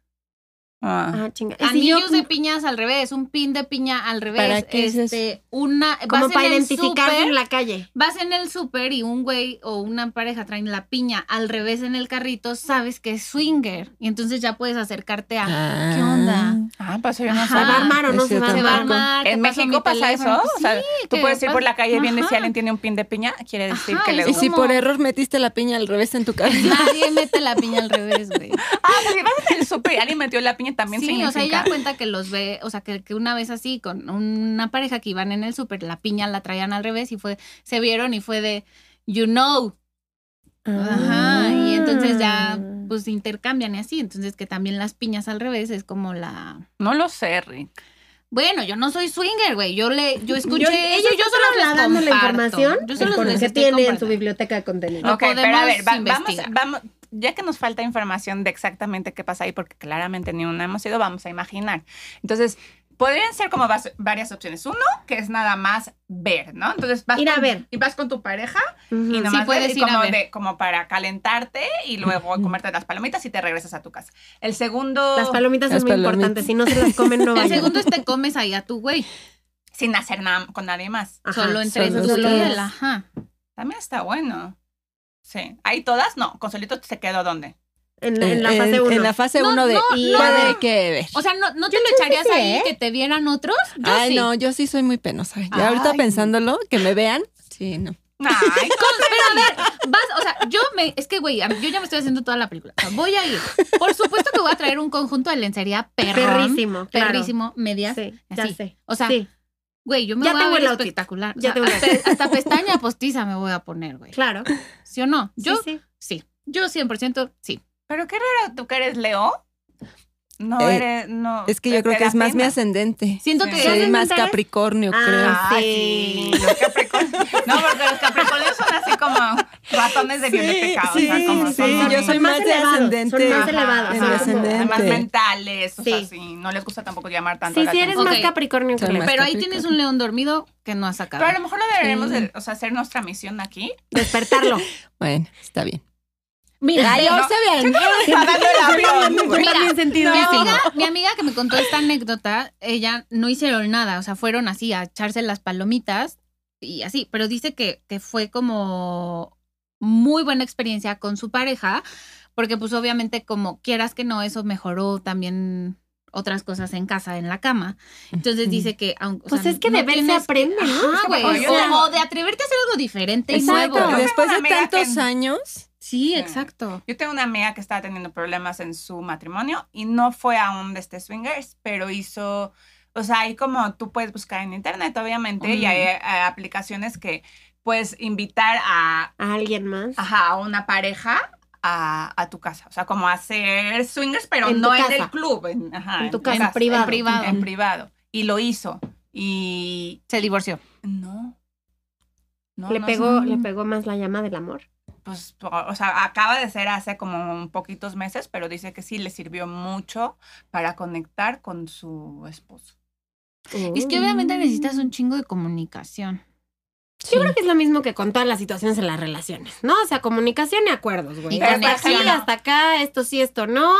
Speaker 2: Ah.
Speaker 5: Ah, chinga. Y si yo-
Speaker 4: Anillos de piñas al revés. Un pin de piña al revés.
Speaker 1: ¿Para qué es eso?
Speaker 4: este, una.
Speaker 5: como
Speaker 4: vas
Speaker 5: para
Speaker 4: en el
Speaker 5: identificarse
Speaker 4: súper,
Speaker 5: en la calle.
Speaker 4: Vas en el súper y un güey o una pareja traen la piña al revés en el carrito, sabes que es swinger. Y entonces ya puedes acercarte a. Ah, ¿Qué onda?
Speaker 2: Ah, pues yo no
Speaker 4: Ajá.
Speaker 5: ¿Se va a
Speaker 2: sabía.
Speaker 5: armar o no
Speaker 1: es
Speaker 5: se va a
Speaker 1: cierto.
Speaker 4: Se va a
Speaker 5: armar?
Speaker 4: armar.
Speaker 2: ¿En
Speaker 4: te paso
Speaker 2: México
Speaker 4: mi
Speaker 2: pasa
Speaker 4: teléfono.
Speaker 2: eso? O sea,
Speaker 4: Sí,
Speaker 2: tú
Speaker 4: que
Speaker 2: puedes ir por la calle viendo si
Speaker 4: Ajá.
Speaker 2: alguien tiene un pin de piña, quiere decir
Speaker 4: Ajá,
Speaker 2: que le
Speaker 4: es
Speaker 1: Y si
Speaker 2: gusta.
Speaker 4: como-
Speaker 1: por error metiste la piña al revés en tu casa.
Speaker 4: Nadie mete la piña al revés, güey.
Speaker 2: Ah, si vas en el súper y alguien metió la piña también
Speaker 4: pues, Sí,
Speaker 2: significa.
Speaker 4: o sea, pues, ella cuenta que los ve, o sea, que, que una vez así, con una pareja que iban en el súper, la piña la traían al revés y fue, se vieron y fue de, you know.
Speaker 5: Ah.
Speaker 4: Ajá, y entonces ya, pues intercambian y así. Entonces, que también las piñas al revés es como la.
Speaker 2: No lo sé, Rick.
Speaker 4: Bueno, yo no soy swinger, güey. Yo le, yo escuché
Speaker 5: Yo-
Speaker 4: eso,
Speaker 5: ella
Speaker 4: yo
Speaker 5: está
Speaker 4: solo les
Speaker 5: sola dando la
Speaker 4: comparto.
Speaker 5: información
Speaker 4: Yo solo
Speaker 5: con
Speaker 4: les
Speaker 5: lo que
Speaker 4: estoy
Speaker 5: tiene en su
Speaker 4: compartiendo.
Speaker 5: biblioteca de contenido.
Speaker 4: Lo
Speaker 2: ok, pero a
Speaker 4: podemos
Speaker 2: ver, va- vamos,
Speaker 4: investigar.
Speaker 2: vamos, ya que nos falta información de exactamente qué pasa ahí, porque claramente ni una hemos ido, vamos a imaginar. Entonces, podrían ser como vas- varias opciones. Uno, que es nada más ver, ¿no? Entonces vas
Speaker 5: Ir a
Speaker 2: con-
Speaker 5: ver.
Speaker 2: Y vas con tu pareja
Speaker 5: Ujú.
Speaker 2: y nomás ver,
Speaker 4: Mm, puedes
Speaker 2: y
Speaker 4: ir
Speaker 2: como,
Speaker 4: a ver. Mm,
Speaker 2: de- como para calentarte y luego comerte las palomitas y te regresas a tu casa. El segundo,
Speaker 5: Las palomitas
Speaker 1: Las
Speaker 5: son muy
Speaker 1: palomitas.
Speaker 5: importantes. Si no se las comen, no
Speaker 4: El
Speaker 5: vayan.
Speaker 4: segundo es te comes ahí a tu güey.
Speaker 2: sin hacer nada con nadie más.
Speaker 5: Ajá.
Speaker 4: Solo entre
Speaker 1: solo
Speaker 4: esos solo
Speaker 1: ustedes.
Speaker 4: él, ajá.
Speaker 2: También está bueno. Sí. Ahí todas, no. Consolito se quedó dónde.
Speaker 5: En, en la fase
Speaker 1: En
Speaker 5: 1.
Speaker 1: la fase
Speaker 4: No,
Speaker 1: 1 de
Speaker 4: no,
Speaker 5: no.
Speaker 1: puede que ver.
Speaker 4: O sea, ¿no, no te lo echarías
Speaker 5: sí,
Speaker 4: ahí
Speaker 5: ¿eh?
Speaker 4: que te vieran otros? Yo
Speaker 1: Ay,
Speaker 4: sí.
Speaker 1: no, yo sí soy muy penosa. Y ahorita
Speaker 2: Ay.
Speaker 1: pensándolo, que me vean. Sí, no.
Speaker 2: Ay,
Speaker 4: Con- pero a ver, vas, o sea, yo me, es que güey, a mí- yo ya me estoy haciendo toda la película. O sea, voy a ir. Por supuesto que voy a traer un conjunto de lencería perrón,
Speaker 5: Perrísimo. claro.
Speaker 4: perrísimo, medias.
Speaker 5: Sí, ya
Speaker 4: así.
Speaker 5: sé.
Speaker 4: O sea,
Speaker 5: sí,
Speaker 4: güey, yo me
Speaker 5: Ya
Speaker 4: voy a
Speaker 5: tengo
Speaker 4: ver
Speaker 5: el outfit.
Speaker 4: espectacular. O
Speaker 5: Ya
Speaker 4: sea,
Speaker 5: tengo el
Speaker 4: hasta, hasta pestaña postiza me voy a poner, güey.
Speaker 5: claro.
Speaker 4: ¿Sí o no? Yo
Speaker 5: sí, sí.
Speaker 4: Sí, yo 100% sí.
Speaker 2: Pero qué raro, tú que eres Leo. No
Speaker 1: Eh,
Speaker 2: eres, no.
Speaker 1: Es que
Speaker 2: te-
Speaker 1: yo creo
Speaker 2: te
Speaker 1: que
Speaker 2: da
Speaker 1: es más mi
Speaker 2: pena.
Speaker 1: ascendente.
Speaker 4: Siento
Speaker 2: Sí.
Speaker 4: que
Speaker 1: Soy
Speaker 5: ¿Ascendente
Speaker 1: más
Speaker 5: eres?
Speaker 1: Capricornio,
Speaker 5: Ah.
Speaker 1: creo.
Speaker 2: Ay, sí. Los Capricornios. No, porque los Capricornios son así como ratones de biblioteca. o sea, como
Speaker 1: sí,
Speaker 2: son
Speaker 1: sí, yo
Speaker 2: muy-
Speaker 1: soy
Speaker 5: más
Speaker 1: más de
Speaker 5: elevados, son
Speaker 1: ascendente.
Speaker 5: más
Speaker 2: Ajá,
Speaker 5: elevados,
Speaker 1: en
Speaker 2: ajá.
Speaker 1: mi ascendente.
Speaker 2: Además mentales, o sea,
Speaker 5: Sí.
Speaker 2: sí, no les gusta tampoco llamar tanto
Speaker 5: Sí,
Speaker 2: la
Speaker 5: sí, eres
Speaker 2: atención.
Speaker 5: más
Speaker 4: Ok.
Speaker 5: Capricornio que
Speaker 1: Soy
Speaker 5: Leo.
Speaker 1: más-
Speaker 4: Pero ahí
Speaker 1: Capricornio.
Speaker 4: tienes un león dormido que no has sacado.
Speaker 2: Pero a lo mejor lo deberemos de- o sea, hacer nuestra misión aquí.
Speaker 5: Despertarlo.
Speaker 1: Bueno, está bien.
Speaker 4: mira,
Speaker 2: Ay,
Speaker 4: yo-
Speaker 2: no. Está dando el avión, güey.
Speaker 5: Yo también sentí
Speaker 4: mi,
Speaker 5: durísimo.
Speaker 4: amiga, mi amiga que me contó esta anécdota, ella no hicieron nada, o sea, fueron así a echarse las palomitas y así, pero dice que, que fue como muy buena experiencia con su pareja, porque pues obviamente como quieras que no, eso mejoró también otras cosas en casa, en la cama. Entonces
Speaker 1: Ujú.
Speaker 4: dice que... aunque- o
Speaker 5: Pues
Speaker 4: sea,
Speaker 5: es que
Speaker 4: no
Speaker 5: de ver se
Speaker 4: tienes-
Speaker 5: aprende, ¿no?
Speaker 4: Ajá, güey.
Speaker 2: como yo
Speaker 4: O,
Speaker 2: la-
Speaker 4: o de atreverte a hacer algo diferente y
Speaker 1: Exacto.
Speaker 4: nuevo.
Speaker 2: Yo
Speaker 1: Después
Speaker 2: tengo una
Speaker 1: de
Speaker 2: amiga que-
Speaker 1: tantos años,
Speaker 4: Sí,
Speaker 2: Sí.
Speaker 4: exacto.
Speaker 2: Yo tengo una amiga que estaba teniendo problemas en su matrimonio y no fue a un de este swingers, pero hizo, o sea, hay como tú puedes buscar en internet, obviamente, y
Speaker 4: Ujú.
Speaker 2: hay eh, aplicaciones que puedes invitar a,
Speaker 5: A alguien más.
Speaker 2: ajá, a una pareja a, a tu casa, o sea, como hacer swingers, pero
Speaker 5: En tu
Speaker 2: no en
Speaker 5: casa.
Speaker 2: el club, en, ajá,
Speaker 5: En tu casa, en privado.
Speaker 2: en privado, en privado. Y lo hizo y
Speaker 4: Se divorció.
Speaker 2: no. No,
Speaker 5: Le
Speaker 2: no,
Speaker 5: pegó,
Speaker 2: sí.
Speaker 5: le pegó más la llama del amor.
Speaker 2: pues, o sea, acaba de ser hace como poquitos meses, pero dice que sí le sirvió mucho para conectar con su esposo.
Speaker 4: Y Es que obviamente necesitas un chingo de comunicación.
Speaker 5: Mm. Yo creo que es lo mismo que con todas las situaciones en las relaciones, ¿no? O sea, comunicación y acuerdos, güey.
Speaker 4: Y
Speaker 5: Hasta aquí,
Speaker 2: conexión.
Speaker 5: hasta acá, esto sí, esto no.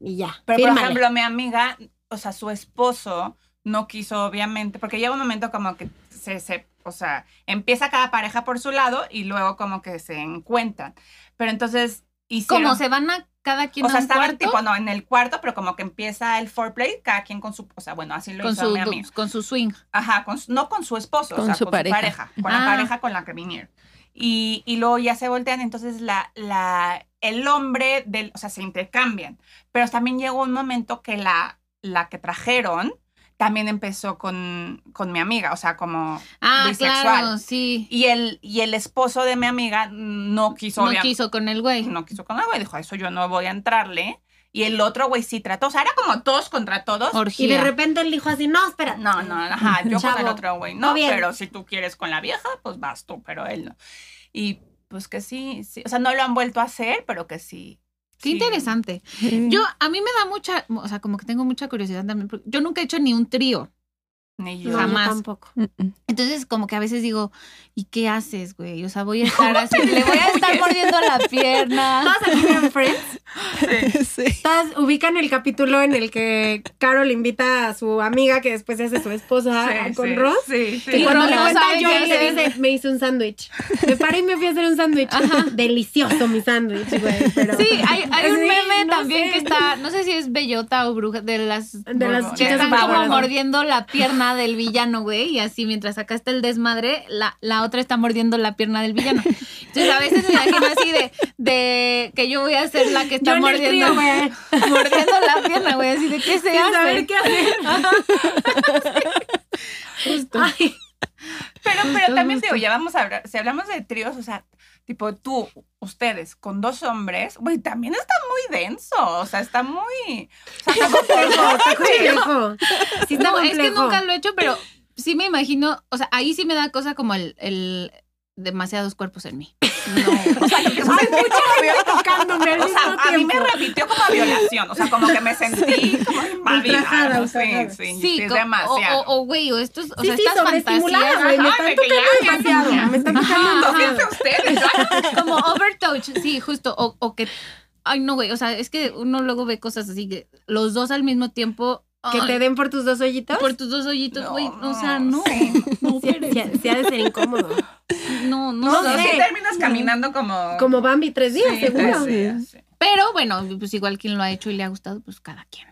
Speaker 5: Y ya.
Speaker 2: Pero,
Speaker 5: fírmale.
Speaker 2: por ejemplo, mi amiga, o sea, su esposo no quiso, obviamente, porque llega un momento como que se, se, o sea, empieza cada pareja por su lado y luego como que se encuentran. Pero entonces hicieron...
Speaker 4: Como se van a cada quien
Speaker 2: o
Speaker 4: a
Speaker 2: sea,
Speaker 4: un
Speaker 2: estaba
Speaker 4: cuarto
Speaker 2: tipo, no, en el cuarto, pero como que empieza el foreplay, cada quien con su, o sea, bueno, así lo
Speaker 4: con,
Speaker 2: hizo
Speaker 4: su,
Speaker 2: mi amiga.
Speaker 4: con su swing.
Speaker 2: Ajá, con su- no con su esposo,
Speaker 1: Con
Speaker 2: o sea,
Speaker 1: su
Speaker 2: con
Speaker 1: pareja.
Speaker 2: su pareja, con
Speaker 4: Ah.
Speaker 2: la pareja con la que vinieron. Y, y luego ya se voltean, entonces la, la, el hombre, del, o sea, se intercambian. Pero también llegó un momento que la, la que trajeron también empezó con, con mi amiga, o sea, como...
Speaker 4: Ah,
Speaker 2: Bisexual.
Speaker 4: claro, sí.
Speaker 2: Y el, y el esposo de mi amiga no quiso,
Speaker 4: No
Speaker 2: obviamente,
Speaker 4: quiso con el güey.
Speaker 2: no quiso con algo y dijo, a eso yo no voy a entrarle. Y el otro güey sí trató, o sea, era como todos contra todos.
Speaker 5: Y de
Speaker 4: Orgía.
Speaker 5: repente él dijo así, no, espera.
Speaker 2: No, no, ajá, yo
Speaker 5: Chavo,
Speaker 2: con el otro güey, no,
Speaker 5: no bien.
Speaker 2: pero si tú quieres con la vieja, pues vas tú, pero él no. Y pues que sí, sí, o sea, no lo han vuelto a hacer, pero que sí.
Speaker 4: Qué
Speaker 2: sí.
Speaker 4: interesante. Yo, a mí me da mucha, o sea, como que tengo mucha curiosidad también. porque yo nunca he hecho ni un trío.
Speaker 2: Ni yo.
Speaker 5: No, yo
Speaker 4: Jamás.
Speaker 5: tampoco.
Speaker 4: Entonces, como que a veces digo, ¿y qué haces, güey? O sea, voy a estar así, le voy a estar mordiendo la pierna.
Speaker 5: Todas aquí en Friends.
Speaker 1: Sí.
Speaker 5: Todas ubican el capítulo en el que Carol invita a su amiga, que después se hace su esposa
Speaker 2: Sí,
Speaker 5: Ah, con
Speaker 2: sí,
Speaker 5: Ross.
Speaker 2: Sí, sí.
Speaker 5: Y
Speaker 4: Y
Speaker 5: cuando
Speaker 4: Ross
Speaker 5: le
Speaker 4: no
Speaker 5: cuenta
Speaker 4: sabe
Speaker 5: yo,
Speaker 4: qué
Speaker 5: le
Speaker 4: hacer.
Speaker 5: dice, me hice un sándwich. Me paré y me fui a hacer un sándwich. Delicioso mi sándwich, güey. pero-
Speaker 4: Sí, hay, hay un
Speaker 5: Sí,
Speaker 4: meme
Speaker 5: no
Speaker 4: también
Speaker 5: sé.
Speaker 4: que está, no sé si es bellota o bruja, de las
Speaker 5: De las
Speaker 2: Borbones.
Speaker 4: que
Speaker 5: chicas
Speaker 4: están
Speaker 2: Bárbaro.
Speaker 4: como
Speaker 5: bárbaras.
Speaker 4: mordiendo la pierna del villano, güey, y así mientras acá está el desmadre, la, la otra está mordiendo la pierna del villano. Entonces a veces me imagino así de, de que yo voy a ser la que
Speaker 5: Yo
Speaker 4: está
Speaker 5: en el
Speaker 4: mordiendo,
Speaker 5: trío, güey.
Speaker 4: mordiendo la pierna, güey, así de qué se
Speaker 5: Sin saber
Speaker 4: hace.
Speaker 5: qué hacer. Ay,
Speaker 2: Pero, pero
Speaker 4: Justo,
Speaker 2: también
Speaker 4: justo.
Speaker 2: digo, ya vamos a hablar, si hablamos de tríos, o sea, tipo tú, ustedes, con dos hombres, güey, también está muy denso, o sea, está muy... O sea, está
Speaker 5: complejo, está complejo. Sí está
Speaker 4: No, es que
Speaker 5: complejo.
Speaker 4: nunca lo he hecho, pero sí me imagino, o sea, ahí sí me da cosa como el, el demasiados cuerpos en mí.
Speaker 2: No, o sea, que-
Speaker 5: Hay mucha gente tocándome al
Speaker 2: O sea,
Speaker 5: mismo
Speaker 2: a mí me
Speaker 5: tiempo.
Speaker 2: remitió como a violación, o sea, como que me sentí como invadida.
Speaker 5: Ultrajada,
Speaker 2: ¿no?
Speaker 5: ultrajada.
Speaker 2: Sí, sí, sí, es
Speaker 4: co- o-
Speaker 2: demasiado.
Speaker 4: O, o, güey, o estos, o
Speaker 5: Sí,
Speaker 4: sea,
Speaker 5: sí,
Speaker 4: estas
Speaker 5: sobreestimulada,
Speaker 4: fantasías.
Speaker 5: güey. Me
Speaker 2: Ay,
Speaker 5: están
Speaker 2: me que
Speaker 5: tocando
Speaker 2: ya, ya,
Speaker 5: demasiado.
Speaker 2: ya.
Speaker 5: Me están tocando.
Speaker 2: ¿Lo sienten ustedes?
Speaker 4: como overtouch, sí, justo, o, o que, ay no, güey, o sea, es que uno luego ve cosas así que los dos al mismo tiempo,
Speaker 5: Que
Speaker 4: ay,
Speaker 5: te den por tus dos hoyitos.
Speaker 4: por tus dos hoyitos,
Speaker 2: No,
Speaker 4: güey,
Speaker 2: no,
Speaker 4: o sea, no,
Speaker 2: sí.
Speaker 4: no,
Speaker 5: Sí,
Speaker 4: pero-
Speaker 5: sí, sí ha de ser incómodo.
Speaker 4: no, no,
Speaker 5: No
Speaker 4: sé.
Speaker 5: sé. Mm.
Speaker 2: Sí, terminas caminando como...
Speaker 5: Como Bambi tres días,
Speaker 2: Sí,
Speaker 5: seguro.
Speaker 2: sí, sí.
Speaker 4: Pero bueno, pues igual quien lo ha hecho y le ha gustado, pues cada quien.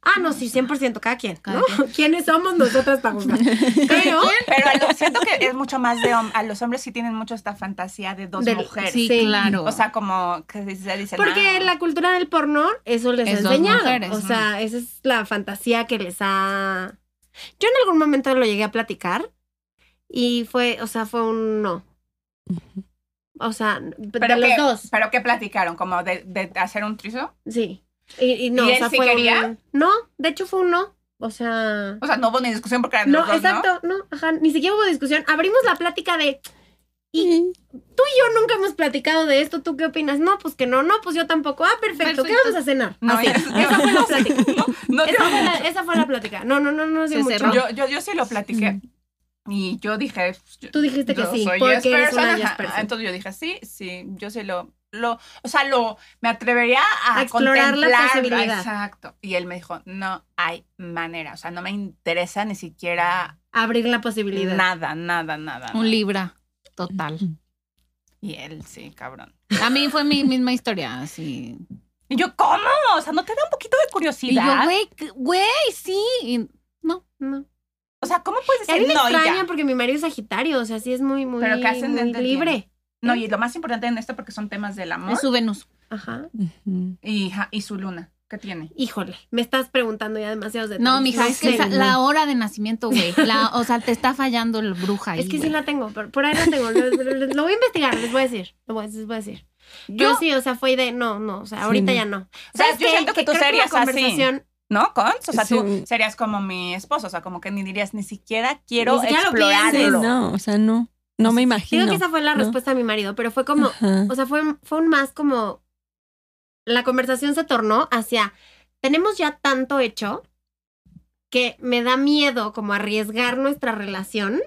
Speaker 5: Ah, no, sí, 100% cada quien,
Speaker 4: Cada
Speaker 5: ¿no? ¿Quiénes somos nosotras para juzgar? Pero
Speaker 2: Pero a lo- siento que es mucho más de... hom- A los hombres sí tienen mucho esta fantasía de dos
Speaker 5: Del-
Speaker 2: mujeres.
Speaker 4: Sí,
Speaker 5: Sí.
Speaker 4: claro.
Speaker 2: O sea, como que se- se dice...
Speaker 5: porque
Speaker 2: "No".
Speaker 5: en la cultura del porno eso les
Speaker 4: Es
Speaker 5: ha
Speaker 4: dos
Speaker 5: enseñado.
Speaker 4: mujeres,
Speaker 5: o
Speaker 4: ¿no?
Speaker 5: sea, esa es la fantasía que les ha Yo en algún momento lo llegué a platicar y fue, o sea, fue un no. O sea, de los
Speaker 2: qué-
Speaker 5: dos.
Speaker 2: ¿Pero qué platicaron? ¿Como de, de hacer un trizo?
Speaker 5: Sí. Y, y no,
Speaker 2: ¿Y
Speaker 5: o
Speaker 2: él
Speaker 5: sea,
Speaker 2: sí
Speaker 5: fue un-
Speaker 2: quería?
Speaker 5: No, de hecho fue un no. O sea,
Speaker 2: O sea, no hubo ni discusión porque eran
Speaker 5: No,
Speaker 2: los dos,
Speaker 5: exacto, no, ajá, ni siquiera hubo discusión. Abrimos la plática de y tú y yo nunca hemos platicado de esto, ¿tú qué opinas? No, pues que no, no, pues yo tampoco. Ah, perfecto, ¿qué
Speaker 4: Perfecto.
Speaker 5: vamos a cenar?
Speaker 2: ¿no? No,
Speaker 5: Así,
Speaker 2: ya-
Speaker 5: esa fue la plática.
Speaker 2: no, no,
Speaker 5: Esa fue la, esa fue la plática. No, no, no, no,
Speaker 4: Se
Speaker 5: dio
Speaker 4: cerró.
Speaker 5: mucho.
Speaker 2: Yo, yo, yo sí lo platiqué. Y yo dije. pues, yo-
Speaker 5: Tú dijiste que
Speaker 2: yo
Speaker 5: sí,
Speaker 2: soy
Speaker 5: porque
Speaker 2: yes
Speaker 5: eres
Speaker 2: person,
Speaker 5: una yes
Speaker 2: ajá.
Speaker 5: person.
Speaker 2: Entonces yo dije, sí, sí, yo sí lo. lo o sea, lo, me atrevería a,
Speaker 5: A explorar la
Speaker 2: contemplar-
Speaker 5: posibilidad.
Speaker 2: Exacto. Y él me dijo, no hay manera. O sea, no me interesa ni siquiera
Speaker 5: Abrir la posibilidad.
Speaker 2: nada, nada, nada. nada.
Speaker 4: un libra total.
Speaker 2: Y él, sí, cabrón.
Speaker 4: A mí fue mi misma historia, así.
Speaker 2: Y yo, ¿cómo? O sea, ¿no te da un poquito de
Speaker 4: Y yo,
Speaker 2: curiosidad?
Speaker 4: güey, qué- güey, sí. Y
Speaker 5: No.
Speaker 2: o sea, ¿cómo puedes
Speaker 5: Y a mí
Speaker 2: decir
Speaker 5: me
Speaker 2: no y
Speaker 5: extraña
Speaker 2: ya?
Speaker 5: porque mi marido es Sagitario, o sea, sí es muy, muy,
Speaker 2: Pero ¿qué ascendente
Speaker 5: muy
Speaker 2: tiene?
Speaker 5: libre.
Speaker 2: No, y lo más importante en esto, porque son temas del amor
Speaker 4: es su Venus.
Speaker 5: Ajá.
Speaker 2: y, ja, y su luna. ¿Qué tiene?
Speaker 5: Híjole, me estás preguntando ya demasiados detalles.
Speaker 4: No, mija,
Speaker 5: No
Speaker 4: es que
Speaker 5: sé.
Speaker 4: esa- la hora de nacimiento, güey. La- O sea, te está fallando el bruja ahí.
Speaker 5: Es que sí
Speaker 4: güey.
Speaker 5: la tengo, por, por ahí la tengo. Lo, lo- lo voy a investigar, les voy a decir. Lo voy, les voy a decir. Yo
Speaker 4: Yo-
Speaker 5: sí, o sea, fue de no, no, o sea,
Speaker 1: Sí,
Speaker 5: ahorita
Speaker 1: no.
Speaker 5: ya no.
Speaker 2: O sea,
Speaker 5: ¿Sabes
Speaker 2: yo
Speaker 5: qué?
Speaker 2: siento que tú
Speaker 5: creo una
Speaker 2: serías así.
Speaker 5: conversación-
Speaker 2: ¿No, Cons? O sea,
Speaker 1: Sí.
Speaker 2: tú serías como mi esposo, o sea, como que ni dirías, ni siquiera quiero
Speaker 5: Ni siquiera lo
Speaker 2: explorarlo.
Speaker 1: no, o sea, no. No me
Speaker 5: Digo
Speaker 1: imagino.
Speaker 5: que esa fue la
Speaker 1: ¿no?
Speaker 5: respuesta de mi marido, pero fue como,
Speaker 1: Ajá.
Speaker 5: o sea, fue, fue un más como, la conversación se tornó hacia, tenemos ya tanto hecho que me da miedo como arriesgar nuestra relación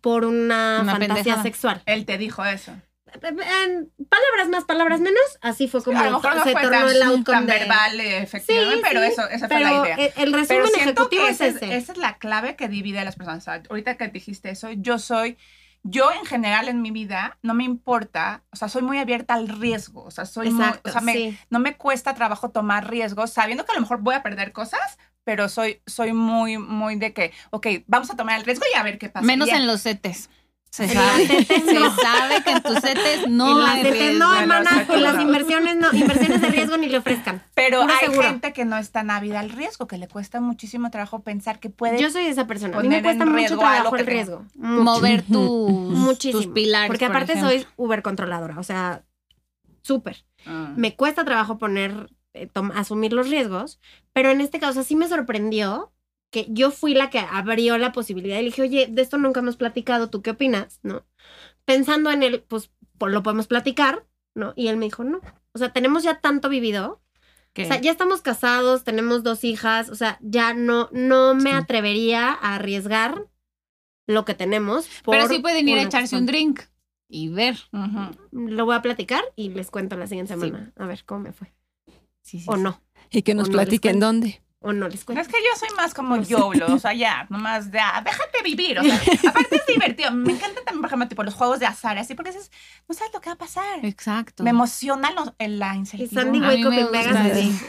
Speaker 5: por una,
Speaker 4: Una
Speaker 5: fantasía
Speaker 4: pendejada.
Speaker 5: sexual.
Speaker 2: Él te dijo eso.
Speaker 5: En palabras más, palabras menos, así fue como
Speaker 2: a lo mejor no
Speaker 5: se
Speaker 2: fue
Speaker 5: tornó el
Speaker 2: tan,
Speaker 5: outcome
Speaker 2: tan
Speaker 5: de-
Speaker 2: verbal, eh, efectivamente,
Speaker 5: Sí,
Speaker 2: pero
Speaker 5: sí,
Speaker 2: eso, esa fue
Speaker 5: Pero
Speaker 2: la idea.
Speaker 5: el, el
Speaker 2: Pero
Speaker 5: resumen
Speaker 2: siento
Speaker 5: ejecutivo
Speaker 2: que
Speaker 5: es
Speaker 2: esa es,
Speaker 5: ese.
Speaker 2: esa es la clave que divide a las personas. O sea, ahorita que dijiste eso, yo soy, yo en general en mi vida no me importa, o sea, soy muy abierta al riesgo, o sea, soy muy-
Speaker 5: Exacto,
Speaker 2: o sea, me-
Speaker 5: sí.
Speaker 2: no me cuesta trabajo tomar riesgos, sabiendo que a lo mejor voy a perder cosas, pero soy, soy muy, muy de que, ok, vamos a tomar el riesgo y a ver qué pasa.
Speaker 4: Menos
Speaker 2: Y ya.
Speaker 4: en los setes. Se
Speaker 5: En
Speaker 4: sabe.
Speaker 5: las tetes
Speaker 4: Se
Speaker 5: no.
Speaker 4: sabe que en tus setes
Speaker 5: En
Speaker 4: no
Speaker 5: las
Speaker 4: hay
Speaker 5: de-
Speaker 4: riesgo.
Speaker 5: no,
Speaker 2: en
Speaker 5: hermana,
Speaker 2: las de-
Speaker 5: con las inversiones no, inversiones de riesgo ni le ofrezcan.
Speaker 2: Pero
Speaker 5: puro
Speaker 2: hay
Speaker 5: seguro.
Speaker 2: gente que no está ávida al riesgo, que le cuesta muchísimo trabajo pensar que puede
Speaker 5: Yo soy esa persona. A mí
Speaker 2: poner
Speaker 5: me
Speaker 2: en
Speaker 5: cuesta mucho
Speaker 2: riesgo algo
Speaker 5: trabajo
Speaker 2: que
Speaker 5: el
Speaker 2: tengo.
Speaker 5: riesgo. Mucho.
Speaker 4: Mover tus,
Speaker 5: Muchísimo.
Speaker 4: tus pilares.
Speaker 5: Porque
Speaker 4: por
Speaker 5: aparte
Speaker 4: ejemplo.
Speaker 5: soy uber controladora, o sea, súper.
Speaker 2: Ah.
Speaker 5: Me cuesta trabajo poner, eh, tom- asumir los riesgos, pero en este caso sí me sorprendió que yo fui la que abrió la posibilidad y le dije, oye, de esto nunca hemos platicado, ¿tú qué opinas? ¿No? Pensando en él, pues po- lo podemos platicar, ¿no? Y él me dijo, no. O sea, tenemos ya tanto vivido,
Speaker 4: ¿Qué?
Speaker 5: o sea, ya estamos casados, tenemos dos hijas, o sea, ya no, no me
Speaker 1: Sí.
Speaker 5: atrevería a arriesgar lo que tenemos.
Speaker 4: Pero
Speaker 5: por
Speaker 4: sí pueden ir a
Speaker 5: una
Speaker 4: echarse
Speaker 5: cuestión.
Speaker 4: un drink y ver.
Speaker 2: Ujú.
Speaker 5: Lo voy a platicar y les cuento la siguiente semana. A ver cómo me fue.
Speaker 4: Sí, sí,
Speaker 5: O
Speaker 4: sí.
Speaker 5: no.
Speaker 1: Y que nos
Speaker 5: O no les
Speaker 1: platiquen
Speaker 5: cuento.
Speaker 1: dónde.
Speaker 5: O no les
Speaker 2: No, es
Speaker 5: cuento.
Speaker 2: que yo soy más como
Speaker 5: Pues
Speaker 2: YOLO, o sea, ya, nomás ya, déjate vivir, o sea, aparte es divertido, me encanta también, por ejemplo, tipo los juegos de azar, así, porque dices, no sabes lo que va a pasar,
Speaker 4: Exacto.
Speaker 2: me emociona lo- el- la
Speaker 5: Y Sandy
Speaker 2: incertidumbre.
Speaker 4: A mí
Speaker 5: Hueco
Speaker 4: me
Speaker 5: que
Speaker 4: gusta
Speaker 5: pegas así.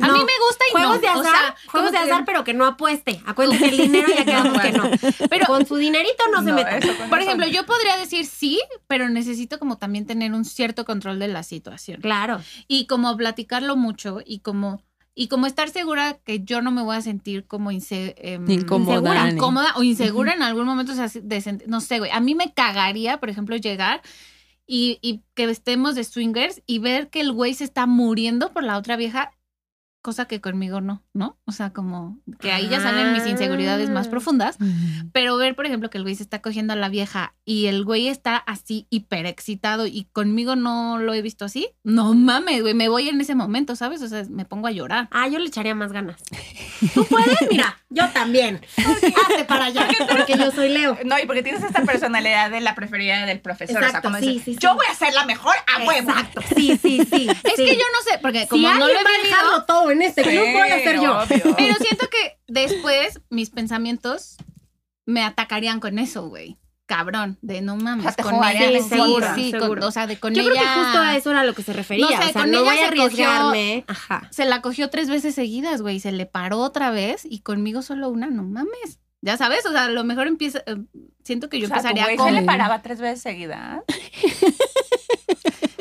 Speaker 4: a
Speaker 5: No,
Speaker 4: mí me gusta y
Speaker 5: Juegos
Speaker 4: no.
Speaker 5: de azar,
Speaker 4: o sea,
Speaker 5: juegos de
Speaker 4: como que-
Speaker 5: azar, pero que no apueste. Acuérdate el dinero ya quedamos que no. Pero con su dinerito no se meta.
Speaker 2: eso con
Speaker 4: Por
Speaker 2: eso
Speaker 4: ejemplo,
Speaker 2: no.
Speaker 4: yo podría decir sí, pero necesito como también tener un cierto control de la situación.
Speaker 5: Claro.
Speaker 4: y como platicarlo mucho y como y como estar segura que yo no me voy a sentir como inse- em,
Speaker 1: Incómoda,
Speaker 4: insegura,
Speaker 1: ni-
Speaker 4: incómoda o insegura en algún momento, o sea, de sent- no sé, güey, a mí me cagaría, por ejemplo, llegar y, y que estemos de swingers y ver que el güey se está muriendo por la otra vieja, cosa que conmigo no, ¿no? O sea, como que ahí ya salen mis inseguridades más
Speaker 5: Ah.
Speaker 4: profundas. Pero ver, por ejemplo, que el güey se está cogiendo a la vieja y el güey está así hiperexcitado y conmigo no lo he visto así, no mames, güey, me voy en ese momento, ¿sabes? O sea, me pongo a llorar.
Speaker 5: Ah, yo le echaría más ganas. Tú puedes, mira, yo también. Hazte para allá, porque yo soy Leo.
Speaker 2: No, y porque tienes esta personalidad de la preferida del profesor, o sea,
Speaker 5: Exacto,
Speaker 2: como
Speaker 5: sí,
Speaker 2: dices,
Speaker 5: sí, sí.
Speaker 2: yo voy a ser la mejor a huevo.
Speaker 5: Exacto. Sí, sí, sí.
Speaker 4: Ah, Es que yo no sé, porque como
Speaker 5: si
Speaker 4: no lo
Speaker 5: alguien
Speaker 4: he
Speaker 5: va a
Speaker 4: vivido,
Speaker 5: dejarlo todo en este club, voy a ser yo.
Speaker 2: obvio.
Speaker 4: pero siento que después mis pensamientos me atacarían con eso, güey. Cabrón, de no mames,
Speaker 2: O sea, te
Speaker 4: con
Speaker 2: jugarían
Speaker 4: ella,
Speaker 5: en contra,
Speaker 4: sí, con-
Speaker 5: seguro.
Speaker 4: o sea, de con
Speaker 5: Yo
Speaker 4: ella.
Speaker 5: creo que justo a eso era lo que se refería.
Speaker 4: No sé,
Speaker 5: o sea,
Speaker 4: con
Speaker 5: no
Speaker 4: ella
Speaker 5: voy a
Speaker 4: se cogió-
Speaker 5: arriesgarme. Ajá.
Speaker 4: se la cogió tres veces seguidas, güey, y se le paró otra vez y conmigo solo una, no mames. Ya sabes, o sea, a lo mejor empieza, eh, siento que yo
Speaker 2: O sea, tu
Speaker 4: empezaría
Speaker 2: güey se
Speaker 4: con...
Speaker 2: le paraba tres veces seguidas.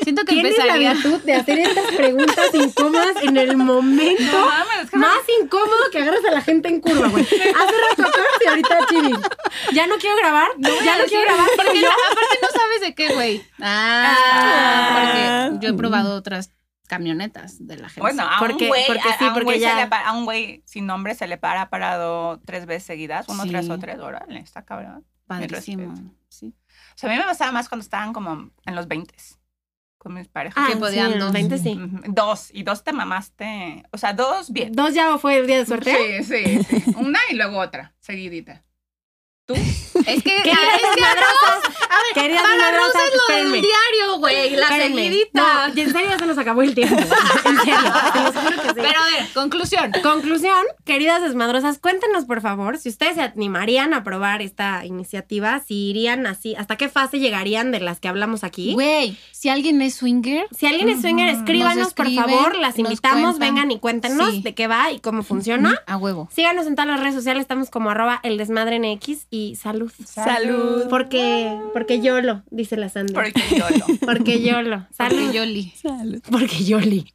Speaker 4: Siento que
Speaker 5: Tienes la
Speaker 4: empezaría...
Speaker 5: virtud de hacer estas preguntas incómodas en el momento
Speaker 2: No mames, es que
Speaker 5: más incómodo que agarras a la gente en curva, güey. Hace rato Torres y ahorita Chiri. Ya no quiero grabar, ya no
Speaker 4: Sí,
Speaker 5: quiero grabar.
Speaker 4: Porque la- aparte no sabes de qué, güey. Ah,
Speaker 1: Ah.
Speaker 4: porque yo he probado otras camionetas de la gente.
Speaker 2: Bueno, ah, a
Speaker 5: Porque-
Speaker 2: un güey,
Speaker 5: porque
Speaker 2: a-
Speaker 5: sí,
Speaker 2: a un
Speaker 5: porque
Speaker 2: güey se
Speaker 5: ya-
Speaker 2: le pa- a un güey sin nombre se le para parado tres veces seguidas, uno
Speaker 4: Sí.
Speaker 2: tras otro, órale, está cabrón.
Speaker 4: padrísimo.
Speaker 2: respeto.
Speaker 4: Sí.
Speaker 2: O sea, a mí me pasaba más cuando estaban como en los 20 con mis parejas.
Speaker 5: Ah,
Speaker 4: que podían
Speaker 5: sí, en los
Speaker 4: dos.
Speaker 5: 20 sí.
Speaker 2: Ujú, Dos, y dos te mamaste, o sea, dos bien.
Speaker 5: Dos ya fue el día de suerte.
Speaker 2: Sí, sí, sí. Una y luego otra, seguidita.
Speaker 4: Es que,
Speaker 5: Queridas
Speaker 4: es que a
Speaker 5: madrazas,
Speaker 4: Rosa- a ver,
Speaker 5: queridas
Speaker 4: para Rosa
Speaker 5: madrazas,
Speaker 4: es lo
Speaker 5: espérenme.
Speaker 4: del diario, güey, la
Speaker 5: espérenme.
Speaker 4: seguidita.
Speaker 5: No, y en serio ya se nos acabó el tiempo. En serio, te los juro que sí.
Speaker 4: Pero a ver, conclusión.
Speaker 5: Conclusión, queridas desmadrosas, cuéntenos por favor si ustedes se animarían a probar esta iniciativa, si irían así, hasta qué fase llegarían de las que hablamos aquí.
Speaker 4: Güey, si alguien es swinger,
Speaker 5: Si alguien es swinger,
Speaker 2: Ujú.
Speaker 5: escríbanos
Speaker 4: Nos
Speaker 5: por
Speaker 4: escriben,
Speaker 5: favor, las
Speaker 4: nos
Speaker 5: invitamos,
Speaker 4: cuentan.
Speaker 5: vengan y cuéntenos
Speaker 4: Sí.
Speaker 5: de qué va y cómo funciona.
Speaker 4: a huevo.
Speaker 5: Síganos en todas las redes sociales, estamos como arroba el desmadre en X y salud.
Speaker 2: Salud.
Speaker 5: Porque, porque YOLO, dice la Sandy.
Speaker 2: Porque yo lo.
Speaker 5: Porque YOLO. Salud.
Speaker 4: Porque yo li.
Speaker 1: Salud.
Speaker 5: Porque YOLI.